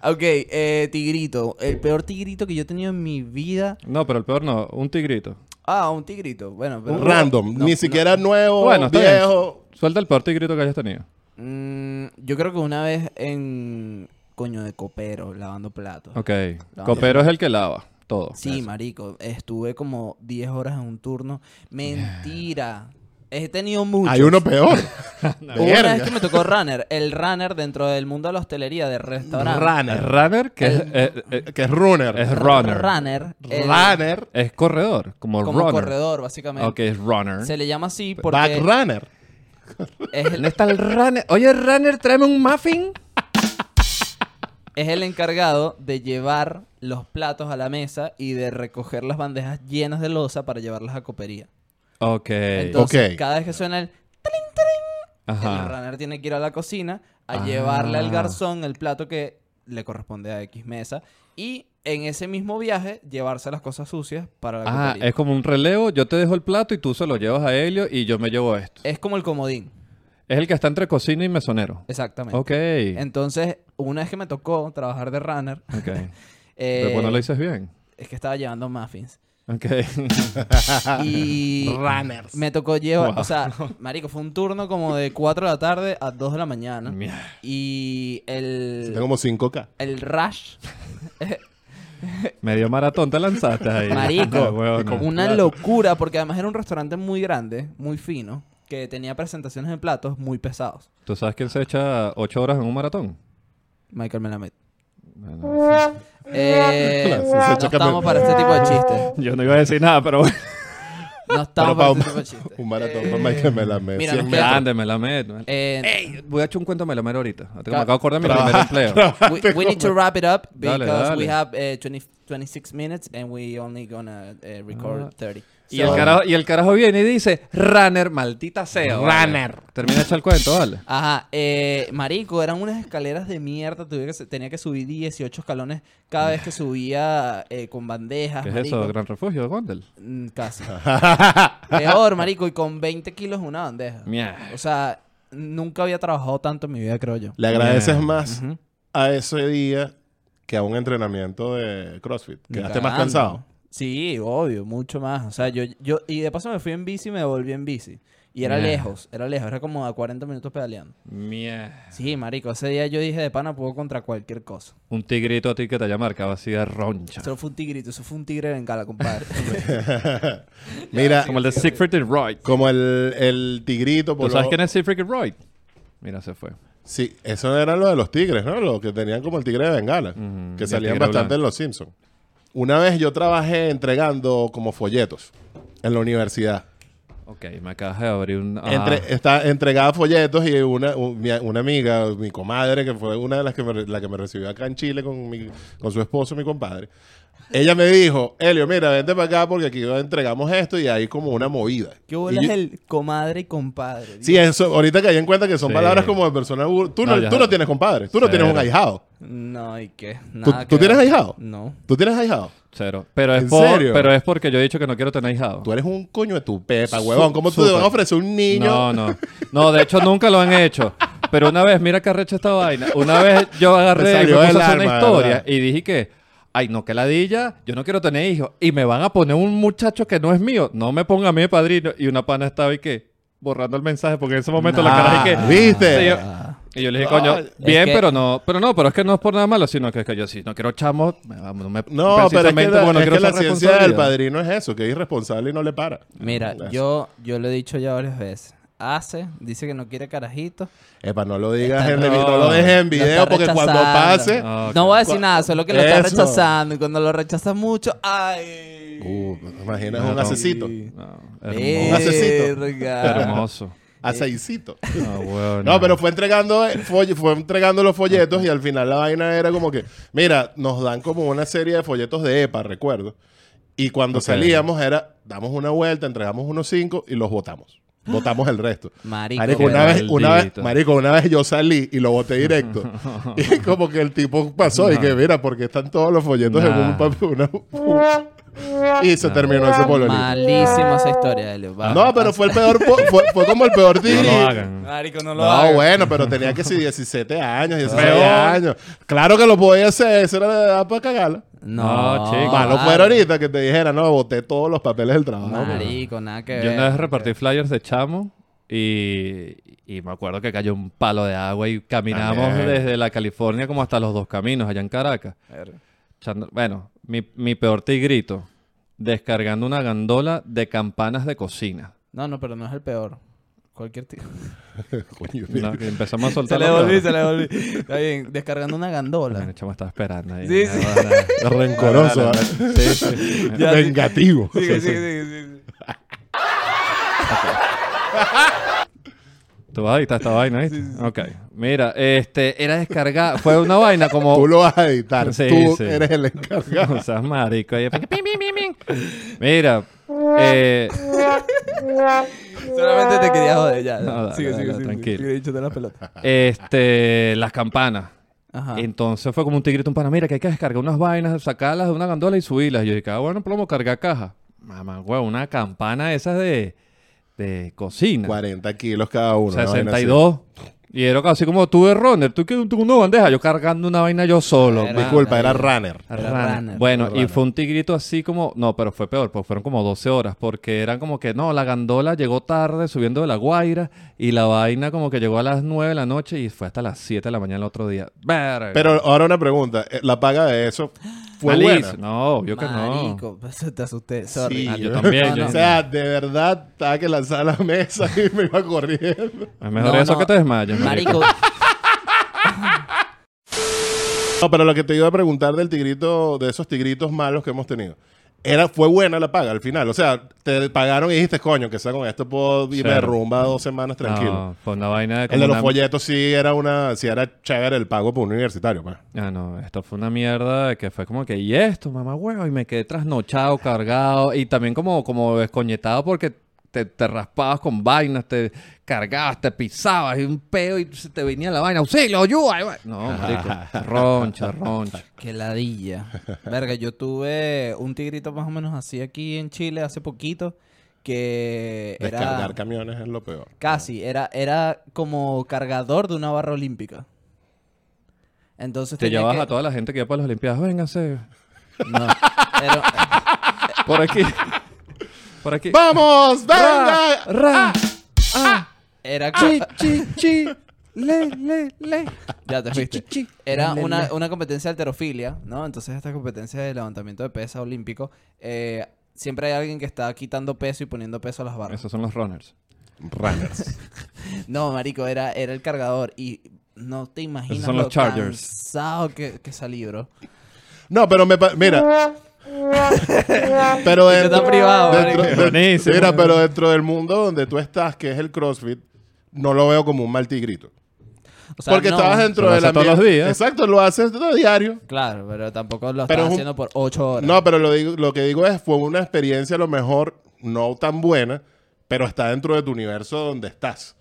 C: ok, eh, tigrito. El peor tigrito que yo he tenido en mi vida.
B: No, pero el peor no, un tigrito.
C: Ah, un tigrito. Bueno, pero.
A: Random,
C: No,
A: ni
C: no.
A: siquiera nuevo,
B: Bueno, está bien.
A: Oh, viejo.
B: Suelta el peor tigrito que hayas tenido.
C: Mm, yo creo que una vez en. Coño de copero, lavando platos.
B: Ok.
C: No,
B: Copero es el que lava todo.
C: Sí, marico. Estuve como 10 horas en un turno. Mentira. He tenido muchos.
A: Hay uno peor.
C: Hubo Una vez
A: Verga.
C: que me tocó runner, el runner dentro del mundo de la hostelería, de restaurante.
B: Runner. Runner, que es,
C: El-
B: eh, eh,
A: que es runner.
B: es runner.
C: Runner. el-
A: runner.
B: Es corredor, como,
C: como
B: runner.
C: corredor, básicamente.
B: Ok, es runner.
C: Se le llama así
A: Back
C: porque
A: runner.
C: es el,
B: está el runner? Oye, runner, tráeme un muffin.
C: es el encargado de llevar los platos a la mesa y de recoger las bandejas llenas de losa para llevarlas a copería.
B: Ok.
C: Entonces,
A: Ok.
C: cada vez que suena el, el
B: Ajá.
C: runner tiene que ir a la cocina a
B: Ah.
C: llevarle al garzón el plato que le corresponde a X mesa y en ese mismo viaje llevarse las cosas sucias para la
B: Ah,
C: copería.
B: es como un relevo. Yo te dejo el plato y tú se lo llevas a Helio y yo me llevo esto.
C: Es como el comodín,
B: Es el que está entre cocina y mesonero.
C: exactamente.
B: Ok.
C: Entonces, una vez que me tocó trabajar de runner,
B: Ok.
C: eh,
B: Pero pues no lo dices bien.
C: es que estaba llevando muffins.
B: Ok.
C: Y
A: Runners.
C: me tocó llevar,
B: Wow.
C: o sea, marico, fue un turno como de 4 de la tarde a 2 de la mañana.
B: Mierda.
C: Y el,
A: Tengo como 5K.
C: el rush,
B: Medio maratón te lanzaste ahí.
C: marico,
B: Huevona.
C: una locura, porque además era un restaurante muy grande, muy fino, que tenía presentaciones de platos muy pesados.
B: ¿Tú sabes quién se echa ocho horas en un maratón?
C: Michael Melamed.
B: Bueno,
C: Eh,
A: Claro, sí, se
C: no
A: echa
C: estamos
A: Mel-
C: para este tipo de chistes.
B: yo no iba a decir nada, pero bueno.
C: No
A: Pero
C: estamos
A: para
C: para,
A: un,
C: este tipo de chistes.
A: un maratón,
C: Eh,
A: para Michael Melamed.
C: mira,
A: 100
C: nos
A: metros.
B: Grande, me la meto. me la-
C: eh,
B: Ey, voy a echar un cuento a me la meto ahorita. Ahorita que Me
C: Claro.
B: acabo de acordar de mi primer empleo.
C: we, we need to wrap it up because
B: Dale,
C: we
B: dale.
C: have uh, 20, 26 minutes and we only gonna uh, record
B: Ah.
C: 30.
B: Y el, carajo, y el carajo viene y dice, runner, maldita sea. Runner. Termina de echar el cuento, vale.
C: Ajá, eh, marico, eran unas escaleras de mierda, tuve que, se- tenía que subir 18 escalones cada vez que subía eh, con bandejas,
B: ¿Qué es
C: marico.
B: eso? Gran refugio de Gondel.
C: Mm, Casi. Peor, marico, y con 20 kilos una bandeja.
B: Mierda.
C: O sea, nunca había trabajado tanto en mi vida, creo yo.
A: Le agradeces
B: Bien.
A: más
C: Ujú.
A: a ese día que a un entrenamiento de CrossFit.
C: Ni
A: Quedaste más
C: cagando.
A: cansado.
C: Sí, obvio, mucho más. O sea, yo, yo, y de paso me fui en bici y me volví en bici. Y era
B: Mierda.
C: lejos, era lejos, era como a 40 minutos pedaleando.
B: Mierda.
C: Sí, marico, ese día yo dije de pana puedo contra cualquier cosa.
B: Un tigrito a ti que te haya marcado así de roncha.
C: Eso fue un tigrito, eso fue un tigre de bengala, compadre.
A: Mira,
B: Como el de Siegfried y Roy.
A: como el, el tigrito.
B: ¿Tú
A: por
B: sabes
A: lo-
B: quién es Siegfried y Roy? Mira, se fue.
A: Sí, eso eran los de los tigres, ¿no? Los que tenían como el tigre de Bengala.
B: Ujú, y
A: que
B: el
A: salían
B: tigre
A: bastante
B: blanco.
A: en Los Simpsons. Una vez yo trabajé entregando como folletos en la universidad.
B: Ok, me acabas de abrir un... ah,
A: Entre, está, entregaba folletos y una, un- mi- una amiga, mi comadre, que fue una de las que me, la que me recibió acá en Chile con, mi- con su esposo, mi compadre. Ella me dijo, Elio, mira, vente para acá porque aquí entregamos esto y hay como una movida.
C: ¿Qué bola
A: Y
C: es
A: yo-
C: el comadre y compadre?
A: Sí, eso, ahorita que hay en cuenta que son
B: Sí.
A: palabras como de persona... bur- Tú no,
B: No, ya-
A: tú no tienes compadre, tú no tienes un
B: Cero.
A: ahijado.
C: No, ¿y qué?
A: ¿Tú,
C: Nada
A: tú
C: que
A: tienes
C: ver.
A: ahijado?
C: No.
A: ¿Tú tienes ahijado?
B: Cero. Pero es,
A: ¿En
B: por-
A: serio?
B: pero es porque yo he dicho que no quiero tener hijado.
A: Tú eres un coño de tu pepa, huevón. ¿Cómo tú
B: súper.
A: te van a ofrecer un niño?
B: No, no. No, de hecho nunca lo han hecho. Pero una vez, mira que arrecha esta vaina. Una vez yo
A: Te
B: agarré y me
A: salió
B: puse a
A: el
B: hacer una
A: arma,
B: historia
A: ¿verdad?
B: y dije que, ay, no, que ladilla, yo no quiero tener hijos. Y me van a poner un muchacho que no es mío. No me ponga a mí de padrino. Y una pana estaba y que, borrando el mensaje, porque en ese momento la cara es que.
A: ¿Viste?
B: Sí, yo- y yo le dije, coño,
A: Ay.
B: bien,
C: Ah, Es que-
B: pero no, pero no, pero es que no es por nada malo, sino que, es que yo sí, no quiero chamos, me- no me
A: No, pero es que
B: precisamente
A: la,
B: porque no
A: es
B: quiero
A: que la
B: esa
A: ciencia del
B: responsabilidad.
A: padrino es eso, que es irresponsable y no le para.
C: Mira,
A: Eso.
C: yo, yo lo he dicho ya varias veces. Hace, dice que no quiere carajitos.
A: Epa, no lo digas
C: Está-
A: en, no,
B: no,
A: lo dejes en
C: Lo está
A: video porque cuando
C: rechazando.
A: pase...
B: No.
C: No voy a decir
A: Cu-
C: nada, solo que lo está
A: Eso.
C: rechazando. Y cuando lo rechazas mucho, ¡ay!
A: Uh, ¿te imaginas
B: No,
A: un
B: no.
A: asesito.
B: No,
A: Un
B: hermoso.
C: Eh.
A: asesito.
C: Verga.
B: hermoso.
A: Aceicito.
B: No, weón,
A: No, pero fue entregando, eh, folle- fue entregando los folletos y al final la vaina era como que, mira, nos dan como una serie de folletos de EPA, recuerdo. Y cuando
B: Ok.
A: salíamos era, damos una vuelta, entregamos unos cinco y los votamos. Votamos el resto.
C: Marico.
A: Marico,
B: qué
A: una vez, una vez,
B: maldito.
A: marico, una vez yo salí y lo boté directo. y como que el tipo pasó y que, mira, porque están todos los folletos en
B: Nah.
A: un papel. una- y se terminó ese polonito.
C: Malísima esa historia, Elio. Va.
A: No, pero fue el peor, po- fue, fue como el peor
B: No
A: día.
B: lo hagan.
C: Marico, no lo
A: No,
C: hagas.
A: bueno, pero tenía que ser 17 años, 16
B: Peor.
A: años. Claro que lo podía hacer, esa era la edad para cagarla.
C: No,
B: No, chico.
A: Malo
C: vale.
A: fuera ahorita que te dijera, no, boté todos los papeles del trabajo.
C: Marico, nada que ver.
B: Yo una vez repartí flyers de chamo y, y me acuerdo que cayó un palo de agua y caminamos
A: También.
B: desde la California como hasta los dos caminos allá en Caracas. Echando- Bueno, mi, mi peor tigrito, descargando una gandola de campanas de cocina.
C: No, no, pero no es el peor. Cualquier tío.
A: Coño,
B: No, que empezamos a
C: Se
B: soltar
C: le
B: los
C: volví,
B: brazos.
C: se le volví. Está bien, descargando una gandola.
B: El chamo estaba esperando ahí.
C: Sí, sí.
B: Ahora-
A: Rencoroso, ¿eh?
B: Sí, sí.
C: Ya, sí.
A: vengativo.
C: Sigue, sigue, sigue, sigue.
B: Tú vas a editar esta vaina, ¿viste? Ok. Mira, este, era descargar, fue una vaina como...
A: Tú lo vas a editar,
B: Sí,
A: tú
B: sí.
A: eres el encargado.
B: O sea, marico. ahí, ping, ping, ping, ping, ping. Mira, eh,
C: Solamente te quería joder, ya. ya.
B: No, dale,
C: sigue,
B: dale,
C: sigue, sigue.
B: tranquilo.
C: Sigue echando la pelota.
B: este, las campanas.
A: Ah.
C: Ajá.
B: Entonces fue como un tigrito, un pana, mira que hay que descargar unas vainas, sacarlas de una gandola y subirlas. Y yo dije, ah, bueno, plomo, cargar caja. Mamá, güey, una campana esas de, de cocina.
A: 40 kilos cada uno. una vaina así.
B: 62. Y era casi como tú de runner, tú que tú con una bandeja, yo cargando una vaina yo solo.
C: Era-
B: man.
A: Disculpa, era runner.
C: Era
B: Rana.
C: runner,
B: Bueno,
A: era
B: y
A: runner.
B: fue un tigrito así como, no, pero fue peor, porque fueron como 12 horas, porque eran como que, no, la gandola llegó tarde subiendo de la Guaira y la vaina como que llegó a las 9 de la noche y fue hasta las 7 de la mañana el otro día. Verga.
A: Pero ahora una pregunta, eh, la paga de eso fue
B: Malísimo.
A: buena.
B: No, yo que no.
C: Marico, pues, te asusté. Sorry.
B: Ah, yo también, yo-
A: O sea, de verdad, estaba que lanzar la mesa y me iba corriendo.
B: Es mejor
C: No,
B: eso
C: no.
B: que te desmayes. Marico.
C: Marico,
A: No, pero lo que te iba a preguntar del tigrito, de esos tigritos malos que hemos tenido. Era, fue buena la paga al final. O sea, te pagaron y dijiste, coño, que sea con esto puedo irme de
B: Claro.
A: rumba dos semanas tranquilo.
B: No, fue una vaina de como
A: el de los
B: una-
A: folletos sí era una, sí era chévere el pago por un universitario, pues.
B: Ah, no, esto fue una mierda de que fue como que, y esto, mamá huevo, y me quedé trasnochado, cargado, y también como, como descoñetado porque te, te raspabas con vainas, te cargabas, te pisabas, y un peo, y se te venía la vaina, auxilio, ayuda. y va- No, marico, roncha, roncha.
C: qué ladilla. Verga, yo tuve un tigrito más o menos así aquí en Chile hace poquito que
A: Descargar
C: era
A: camiones es lo peor.
C: casi era era como cargador de una barra olímpica. Entonces
B: Te
C: tenía
B: llevabas
C: que-
B: a toda la gente que iba para las Olimpiadas, vénganse,
C: No, pero-
B: por aquí, por aquí.
A: ¡Vamos!
B: Ra,
A: ¡Venga!
B: ra, ah,
C: era co-
B: chi, chi, chi, le, le, le.
C: Ya te fuiste.
B: chi.
C: Era
B: Le, le,
C: una,
B: le.
C: una competencia de alterofilia, ¿no? Entonces esta competencia de levantamiento de pesa olímpico, eh, siempre hay alguien que está quitando peso y poniendo peso a las barras.
B: Esos son los runners.
A: Runners.
C: No, marico, era, era el cargador y no te imaginas
B: son los
C: lo
B: Chargers.
C: cansado que, que salí, bro.
A: No, pero me pa- mira, Pero
C: Esto
A: dentro-
C: está privado,
A: dentro-
B: marico.
A: de-
B: Buenísimo.
A: mira, pero dentro del mundo donde tú estás, que es el CrossFit, no lo veo como un mal tigrito.
C: O sea,
A: Porque
C: no.
A: estabas dentro
B: Lo
A: de
B: hace
A: la
B: todos los
A: mierda.
B: días.
A: Exacto, lo haces todo diario.
C: Claro, pero tampoco lo
A: Pero
C: estás
A: es un-
C: haciendo por ocho horas.
A: No, pero lo, digo, lo que digo es, fue una experiencia a lo mejor no tan buena, pero está dentro de tu universo donde estás.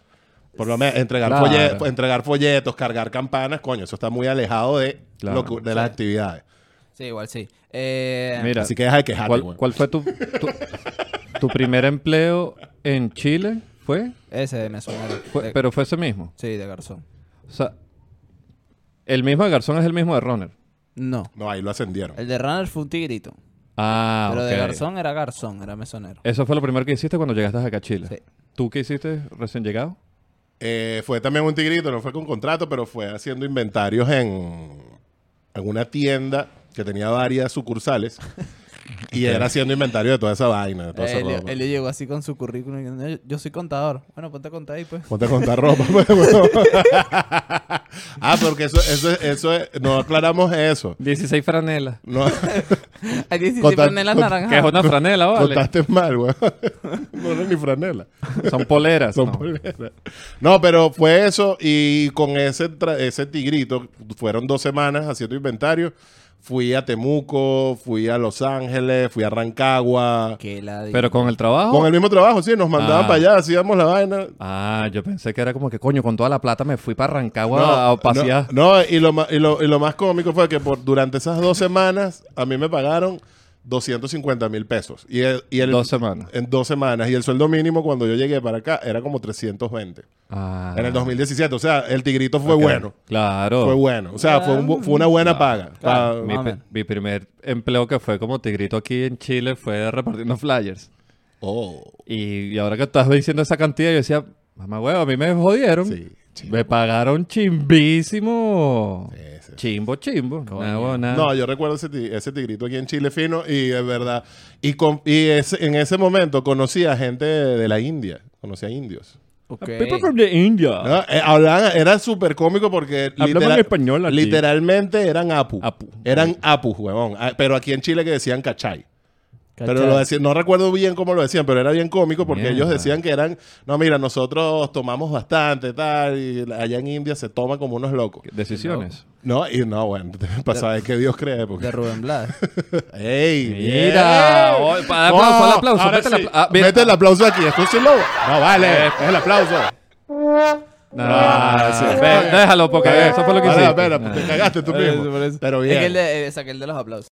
A: Por lo menos entregar,
B: Claro.
A: folle- entregar folletos, cargar campanas, coño, eso está muy alejado de,
B: Claro.
A: lo que- de las actividades.
C: Sí, igual sí. Eh,
B: Mira,
A: Así que deja de quejarte.
B: ¿cuál,
A: güey.
B: cuál fue tu, tu, tu primer empleo en Chile? ¿Fue?
C: Ese me suena. de-
B: Fue-
C: de-
B: Pero fue ese mismo.
C: Sí, de garzón.
B: O sea, el mismo de Garzón es el mismo de Runner.
C: No.
A: No, ahí lo ascendieron.
C: El de Runner fue un tigrito.
B: Ah,
C: pero
B: ok.
C: de garzón era garzón, era mesonero.
B: Eso fue lo primero que hiciste cuando llegaste acá a Chile.
C: Sí.
B: ¿Tú qué hiciste recién llegado?
A: Eh, fue también un tigrito, no fue con contrato, pero fue haciendo inventarios en, en una tienda que tenía varias sucursales. y era haciendo inventario de toda esa vaina. De toda esa
C: Él,
A: ropa.
C: él llegó así con su currículum. y dijo, "No, yo- yo soy contador. Bueno, ponte a contar ahí, pues.
A: Ponte a contar ropa. pues, weón. ah, porque eso, eso, eso es- no aclaramos eso.
B: 16 franelas.
A: No,
C: Hay 17
A: Contar-
C: franelas
A: cont-
B: Que es
C: naranjas.
B: una franela, ¿vale?
A: contaste mal, weón. no era ni franela.
B: Son poleras.
A: Son
B: no.
A: polveras. No, pero fue eso y con ese, tra- ese tigrito, fueron dos semanas haciendo inventario. Fui a Temuco, fui a Los Ángeles, fui a Rancagua.
C: Que la di-
B: Pero con el trabajo.
A: Con el mismo trabajo, sí, nos mandaban
B: Ah.
A: para allá, hacíamos la vaina.
B: Ah, yo pensé que era como que, coño, con toda la plata me fui para Rancagua a- a
A: No,
B: pasear.
A: no, no, y, lo, ma- y, lo, y lo más cómico fue que por, durante esas dos semanas a mí me pagaron 250 mil pesos. Y el- y el-
B: Dos semanas.
A: En dos semanas. Y el sueldo mínimo cuando yo llegué para acá era como 320.
B: Ah,
A: En el 2017. O sea, el tigrito fue
B: ok.
A: bueno.
B: Claro.
A: Fue bueno. O sea, fue, un bu- fue una buena paga. Ah, Pa-
B: Oh. Mi,
C: Mamen.
B: pe- mi primer empleo que fue como tigrito aquí en Chile fue repartiendo flyers.
A: Oh.
B: Y, y ahora que estás diciendo esa cantidad, yo decía, mamá huevo, a mí me jodieron.
A: Sí, chimbo.
B: me pagaron chimbísimo.
A: Ese.
B: Chimbo, chimbo. Nada, huevo, nada.
A: No, yo recuerdo ese, ti- ese tigrito aquí en Chile fino y es verdad. Y, con- y ese- en ese momento conocí a gente de, de la India. Conocí a indios.
C: Ok.
B: People from the India.
A: Ah, eh, hablaban- era súper cómico porque
B: Hablaban español aquí.
A: literalmente eran apu.
B: Apu.
A: Eran apu, huevón. Ah, Pero aquí en Chile que decían cachay. Pero
C: ¿Cachai?
A: lo decían, no recuerdo bien cómo lo decían, pero era bien cómico porque
B: Mierda.
A: ellos decían que eran, no, mira, nosotros tomamos bastante, tal, y la- allá en India se toma como unos locos.
B: Decisiones.
A: No, y no, bueno, para saber que Dios cree. Porque...
C: De Rubén Blades.
A: ¡Ey!
B: Mira,
A: bien.
B: oh, para el aplauso, para el aplauso,
A: ahora
B: mete el
A: sí.
B: apla- ah, mira.
A: Mete el aplauso aquí, esto sí lo... No, vale,
B: Eh.
A: es el aplauso.
B: No,
A: Ah, sí.
B: ve- déjalo, porque
A: Eh,
B: eso fue lo que
A: ahora,
B: hiciste.
A: espera,
B: Ah.
A: te cagaste tú
C: Por eso,
A: mismo.
C: por eso.
A: Pero
C: Es que el
A: bien.
C: de, eh, saqué el de los aplausos.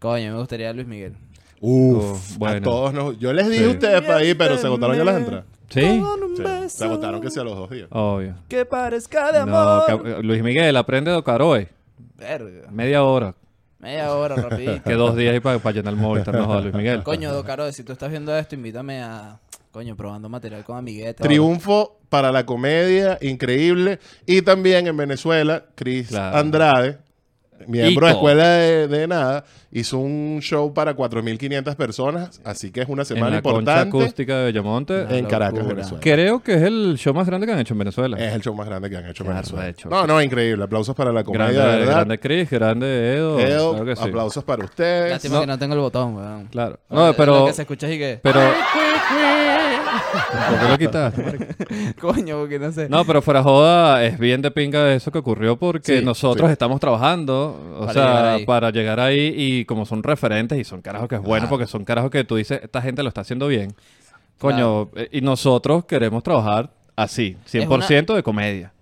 C: Coño, me gustaría Luis Miguel.
A: Uf,
B: Uf, bueno.
A: a todos nos... Yo les dije a
B: Sí.
A: ustedes para ir, pero se agotaron ya las entradas.
B: Sí,
C: Con un
A: Sí,
C: beso
A: Se agotaron que sea los dos días.
B: obvio.
C: Que parezca de
B: No,
C: amor.
B: cab- Luis Miguel, aprende de Caroe.
C: Verga.
B: Media hora.
C: Media hora, rapidito.
B: Que dos días ahí para, para llenar el Movistar. No jodas, Luis Miguel.
C: Coño, Docaro, si tú estás viendo esto, invítame a. Coño, probando material con amiguetes.
A: Triunfo para la comedia, increíble. Y también en Venezuela, Chris
B: Claro.
A: Andrade, miembro de
B: Ico.
A: Escuela de, de Nada, hizo un show para 4.500 personas, así que es una
B: En
A: semana
B: la concha
A: importante
B: acústica de Bellamonte.
A: en Caracas,
C: locura.
A: Venezuela.
B: Creo que es el show más grande que han hecho en Venezuela.
A: Es el show más grande que han hecho en
B: Qué
A: Venezuela.
B: arrecho.
A: No, no, increíble. Aplausos para la comedia,
B: grande,
A: de ¿verdad?
B: grande Chris, grande Edo.
A: Edo,
B: claro que sí.
A: aplausos para ustedes.
C: Lástima que no tengo el botón, weón.
B: Claro.
C: Lo-
B: No, pero.
C: Lo que se escucha es que.
B: Pero. ¿Por qué lo quitaste, marico?
C: Coño, porque no sé.
B: No, pero fuera joda, es bien de pinga eso que ocurrió porque
A: Sí,
B: nosotros
A: sí.
B: estamos trabajando, o
C: Para
B: sea,
C: llegar ahí.
B: para llegar ahí y como son referentes y son carajos que es bueno porque son carajos que tú dices, esta gente lo está haciendo bien. Coño, eh, y nosotros queremos trabajar así, 100% de comedia.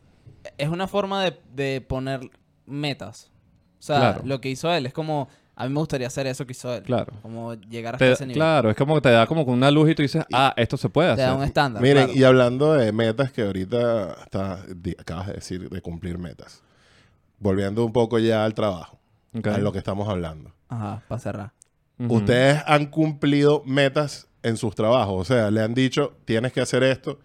C: Es una forma de, de poner metas. O sea,
B: Claro.
C: lo que hizo él es como. A mí me gustaría hacer eso que hizo él.
B: Claro.
C: Como llegar hasta
B: Te-
C: ese nivel.
B: claro, es como que te da como con una luz y tú dices, ah, esto se puede
C: Te da un
B: hacer.
C: estándar.
A: Miren,
C: claro.
A: y hablando de metas que ahorita está- di- acabas de decir, de cumplir metas. Volviendo un poco ya al trabajo,
B: Ok.
A: a lo que estamos hablando.
C: Ajá, para cerrar.
B: Ujú.
A: Ustedes han cumplido metas en sus trabajos. O sea, le han dicho, tienes que hacer esto.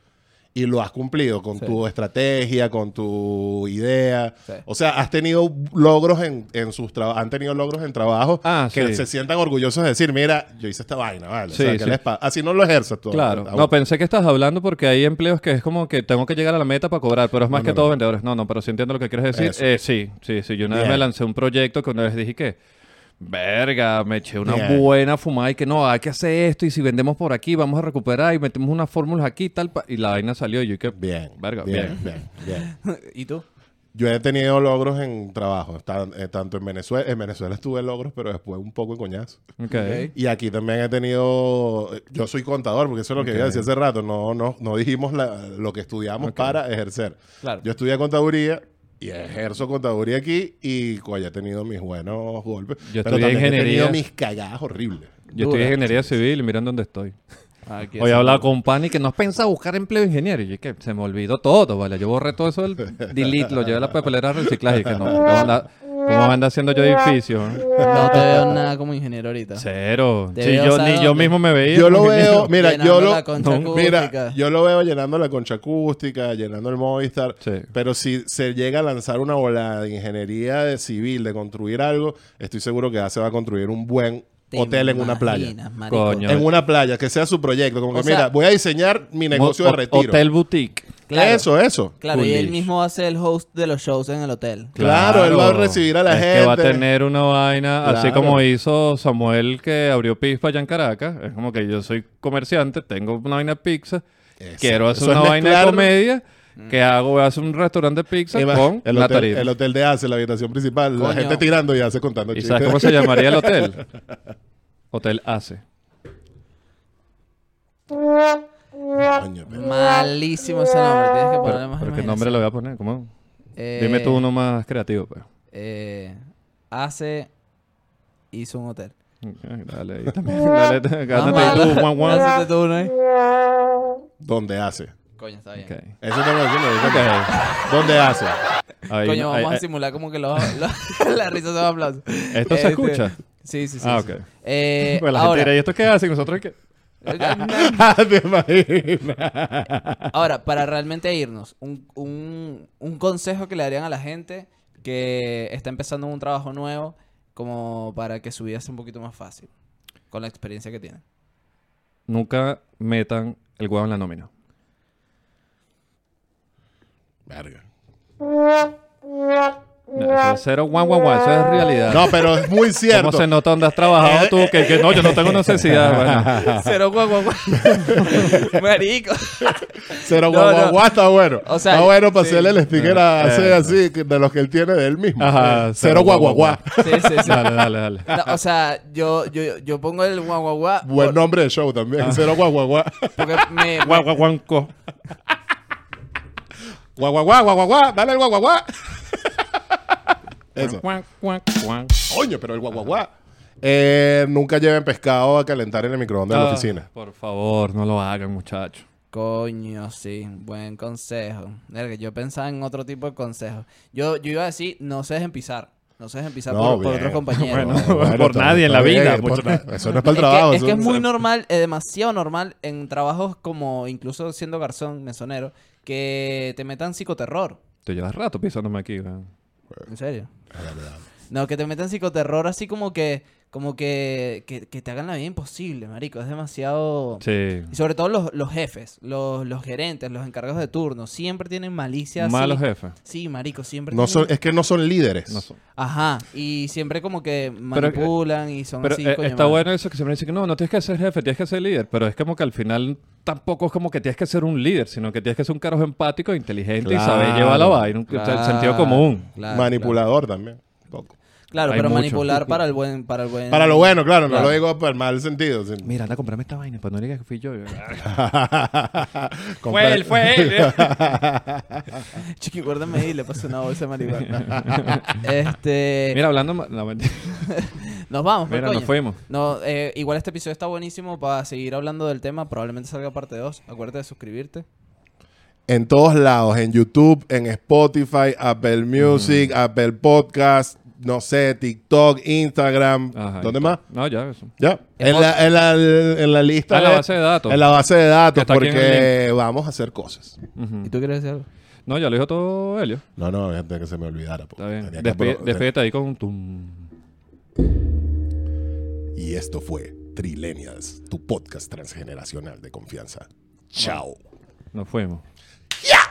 A: Y lo has cumplido con
C: Sí.
A: tu estrategia, con tu idea.
C: Sí.
A: O sea, has tenido logros en, en sus trabajos. Han tenido logros en trabajos
B: Ah,
A: que
B: sí.
A: se sientan orgullosos de decir, mira, yo hice esta vaina, ¿vale? O
B: Sí,
A: sea, ¿qué
B: sí.
A: les pasa? Así no lo ejerzas tú.
B: Claro,
A: aún.
B: no pensé que estás hablando porque hay empleos que es como que tengo que llegar a la meta para cobrar, pero es más
A: No,
B: que
A: no,
B: todo
A: no.
B: vendedores. No, no, pero sí entiendo lo que quieres decir.
A: Eso.
B: Eh, sí, sí, sí. Yo una vez
A: Bien.
B: me lancé un proyecto que una vez dije que, Verga, me eché una
A: Yeah.
B: buena fumada y que no, hay que hacer esto y si vendemos por aquí vamos a recuperar y metemos unas fórmulas aquí y tal. pa- Y la vaina salió y yo que...
A: Bien.
B: Verga,
A: bien,
B: bien.
A: bien, bien.
C: ¿Y tú?
A: Yo he tenido logros en trabajo, tan- eh, tanto en Venezuela, en Venezuela estuve logros, pero después un poco en coñazo.
B: Ok.
A: Y aquí también he tenido, yo soy contador, porque eso es lo que yo decía hace rato, no, no, no dijimos la- lo que estudiamos para ejercer.
C: Claro.
A: Yo estudié contaduría y ejerzo contaduría aquí y coño, he tenido mis buenos golpes.
B: Yo
A: pero
B: estudié
A: también he
B: ingeniería.
A: tenido mis cagadas horribles.
B: Yo
C: Dura.
B: estoy en ingeniería civil y miren dónde estoy.
C: Aquí
B: Hoy
C: hacemos-
B: hablaba con Pani que no has pensado buscar empleo de ingeniero. Y yo que se me olvidó todo, ¿vale? Yo borré todo eso del delete, lo llevé a la papelera de reciclaje. Y que no, ¿cómo anda, cómo anda haciendo yo edificios? eh?
C: No te veo nada como ingeniero ahorita.
B: Cero.
C: Te
B: Sí,
C: veo,
B: yo,
C: ¿sabes
B: ni yo
C: dónde?
B: mismo me veía.
A: Yo lo
B: como ingeniero.
A: veo, mira,
C: Llenando
A: yo lo,
C: la concha
A: no, mira,
C: acústica.
A: yo lo veo llenando la concha acústica, llenando el Movistar,
B: Sí.
A: pero si se llega a lanzar una bola de ingeniería de civil, de construir algo, estoy seguro que ya se va a construir un buen
C: Te
A: hotel en una playa.
C: imaginas, marico.
B: Coño.
A: En una playa, que sea su proyecto, como que
C: O sea,
A: mira, voy a diseñar mi negocio de
B: Ho-
A: retiro.
B: Hotel boutique.
C: Claro.
A: Eso, eso.
C: Claro, y él
B: Coolish.
C: mismo va a ser el host de los shows en el hotel.
A: Claro, él va a recibir a la
B: Es Que va a
A: gente.
B: tener una vaina, así
A: Claro.
B: como hizo Samuel que abrió pizza allá en Caracas. Es como que yo soy comerciante, tengo una vaina de pizza,
A: Exacto.
B: quiero hacer
A: Eso es
B: una vaina
A: mezclar-
B: de comedia.
C: Mm.
B: ¿Qué hago? Voy a hacer un restaurante de pizza
A: Ima-
B: con
A: el,
B: la
A: hotel,
B: tarima.
A: el hotel de Ace, la habitación principal, la
C: Coño.
A: gente tirando y Ace contando
B: ¿Y
A: chistes.
B: sabes cómo se llamaría el hotel? Hotel ACE.
A: Coño, pero-
C: Malísimo ese nombre, tienes que ponerle
B: Pero,
C: más
B: pero ¿Qué
C: imaginación.
B: nombre le voy a poner? ¿Cómo?
C: Oh, Eh,
B: Dime tú uno más creativo. Pues.
C: eh, hace... Hizo un hotel.
B: Dale, ahí también. Dale, gánate
C: malo.
B: tú, guan, guan.
C: Lánzate tú uno eh. ahí.
A: ¿Dónde Ace?
C: Coño, está bien.
B: Ok.
A: Eso tengo que decirlo. ahorita.
B: Ok.
A: ¿Dónde Ace?
B: Ahí-
C: Coño, vamos
B: ahí-
C: a simular como que los, los- la risa se va a aplauso.
B: ¿Esto se escucha?
C: Este, Sí, sí, sí.
B: Ah,
C: sí.
B: ok.
C: Eh,
B: Pues la gente dirá,
C: ahora,
B: ¿y esto qué Ah, hace? Y Nosotros que...
A: ¿Te imaginas?
C: ahora, para realmente irnos, un, un, un consejo que le darían a la gente que está empezando un trabajo nuevo como para que su vida sea un poquito más fácil con la experiencia que tienen.
B: Nunca metan el huevo en la nómina.
A: Verga.
B: No, Eso es cero guan, guan, guan. Eso es realidad.
A: No, pero es muy cierto.
B: ¿Cómo se nota dónde has trabajado tú? Que, que no, yo no tengo necesidad. bueno.
C: Cero guau, guau, guau. Marico.
A: Cero
C: No,
A: guau, guau,
C: no.
A: guau, está bueno.
C: O sea,
A: está bueno para
C: sí.
A: hacerle el sticker a
B: Eh,
A: Ace
B: eh.
A: así, que- de los que él tiene de él mismo. Eh,
B: Ajá,
A: Cero
B: cero
A: guau,
B: guau,
A: guau, guau.
C: Sí, sí, sí.
B: Dale, dale, dale.
C: No, o sea, yo, yo, yo pongo el guau, guau, guau.
A: Buen nombre de show
B: Ah.
A: también. Cero guau, guau, guau.
C: Porque me,
B: Guau, guau, guanco.
A: Guau, guau, guau, guau, guau, guau. Dale el guau, guau, guau. Eso.
B: Guan, guan, guan.
A: Coño, pero el guau, guau, guau. Eh, nunca lleven pescado a calentar en el microondas de
B: Ah,
A: la oficina.
B: Por favor, no lo hagan, muchachos.
C: Coño, sí, buen consejo. Verga, Yo pensaba en otro tipo de consejo. Yo, yo iba a decir, no se dejen pisar. No se dejen pisar por, por
A: bien.
C: otros compañeros.
B: Bueno,
C: Es
B: por nadie en la
A: bien,
B: vida,
A: por
B: mucho-
A: na- eso no es para
C: que-
A: el trabajo.
C: es que,
A: eso-
C: es muy normal, es demasiado normal en trabajos como, incluso siendo garzón, mesonero, que te metan psicoterror.
B: Tú llevas rato pisándome aquí, weón.
C: ¿En serio? No, que te metan psicoterror así como que, como que, que, que te hagan la vida imposible, marico. Es demasiado...
B: Sí.
C: Y sobre todo los, los jefes, los, los gerentes, los encargados de turno, siempre tienen malicia. así.
B: Malos jefes.
C: Sí, marico, siempre.
A: No
C: tienen-
A: son, es que no son líderes.
B: No son.
C: Ajá, y siempre como que manipulan y son
B: eh, Pero
C: así.
B: eh,
C: coño
B: está
C: madre.
B: bueno eso que siempre dicen que no, no tienes que ser jefe, tienes que ser líder. Pero es como que al final tampoco es como que tienes que ser un líder, sino que tienes que ser un carajo empático, inteligente y saber
A: Claro.
B: llevar la vaina. un- o sea, el
C: Claro,
B: sentido común.
C: claro,
A: Manipulador también. un poco.
C: Claro, Claro,
B: Hay
C: pero
B: mucho.
C: manipular para el buen. Para, el buen...
A: Para lo bueno, claro,
C: Claro.
A: no lo digo para el mal sentido. sin-
B: Eh, Mira, anda, comprame esta vaina, para no digas que fui yo. yo.
A: Comprar-
B: él.
C: Eh. Chiqui, guárdame ahí, le paso una bolsa de marihuana. este.
B: Mira, hablando... ma- No, mentira.
C: nos vamos, pues,
B: Mira, nos
C: coño.
B: fuimos.
C: No, eh, igual este episodio está buenísimo para seguir hablando del tema. Probablemente salga parte 2. Acuérdate de suscribirte.
A: En todos lados, en YouTube, en Spotify, Apple
B: Mm.
A: Music, Apple Podcast, no sé, TikTok, Instagram.
B: Ajá,
A: ¿Dónde
B: ahí
A: más?
B: está. No, ya, eso.
A: Ya.
C: En
A: En la, en, la, en la lista.
B: Ah, en la base de datos.
A: En la base de
B: Que
A: datos,
B: está aquí en el
A: porque vamos a hacer cosas.
B: Ujú.
C: ¿Y tú quieres decir algo?
B: No, ya lo dijo todo Helio.
A: No, no, gente que se me olvidara. po.
B: Está bien.
A: Tenía que
B: Despide-
A: apro-
B: Despídete ahí con tu...
A: Y esto fue Trilenials, tu podcast transgeneracional de confianza. Chao.
B: Nos fuimos.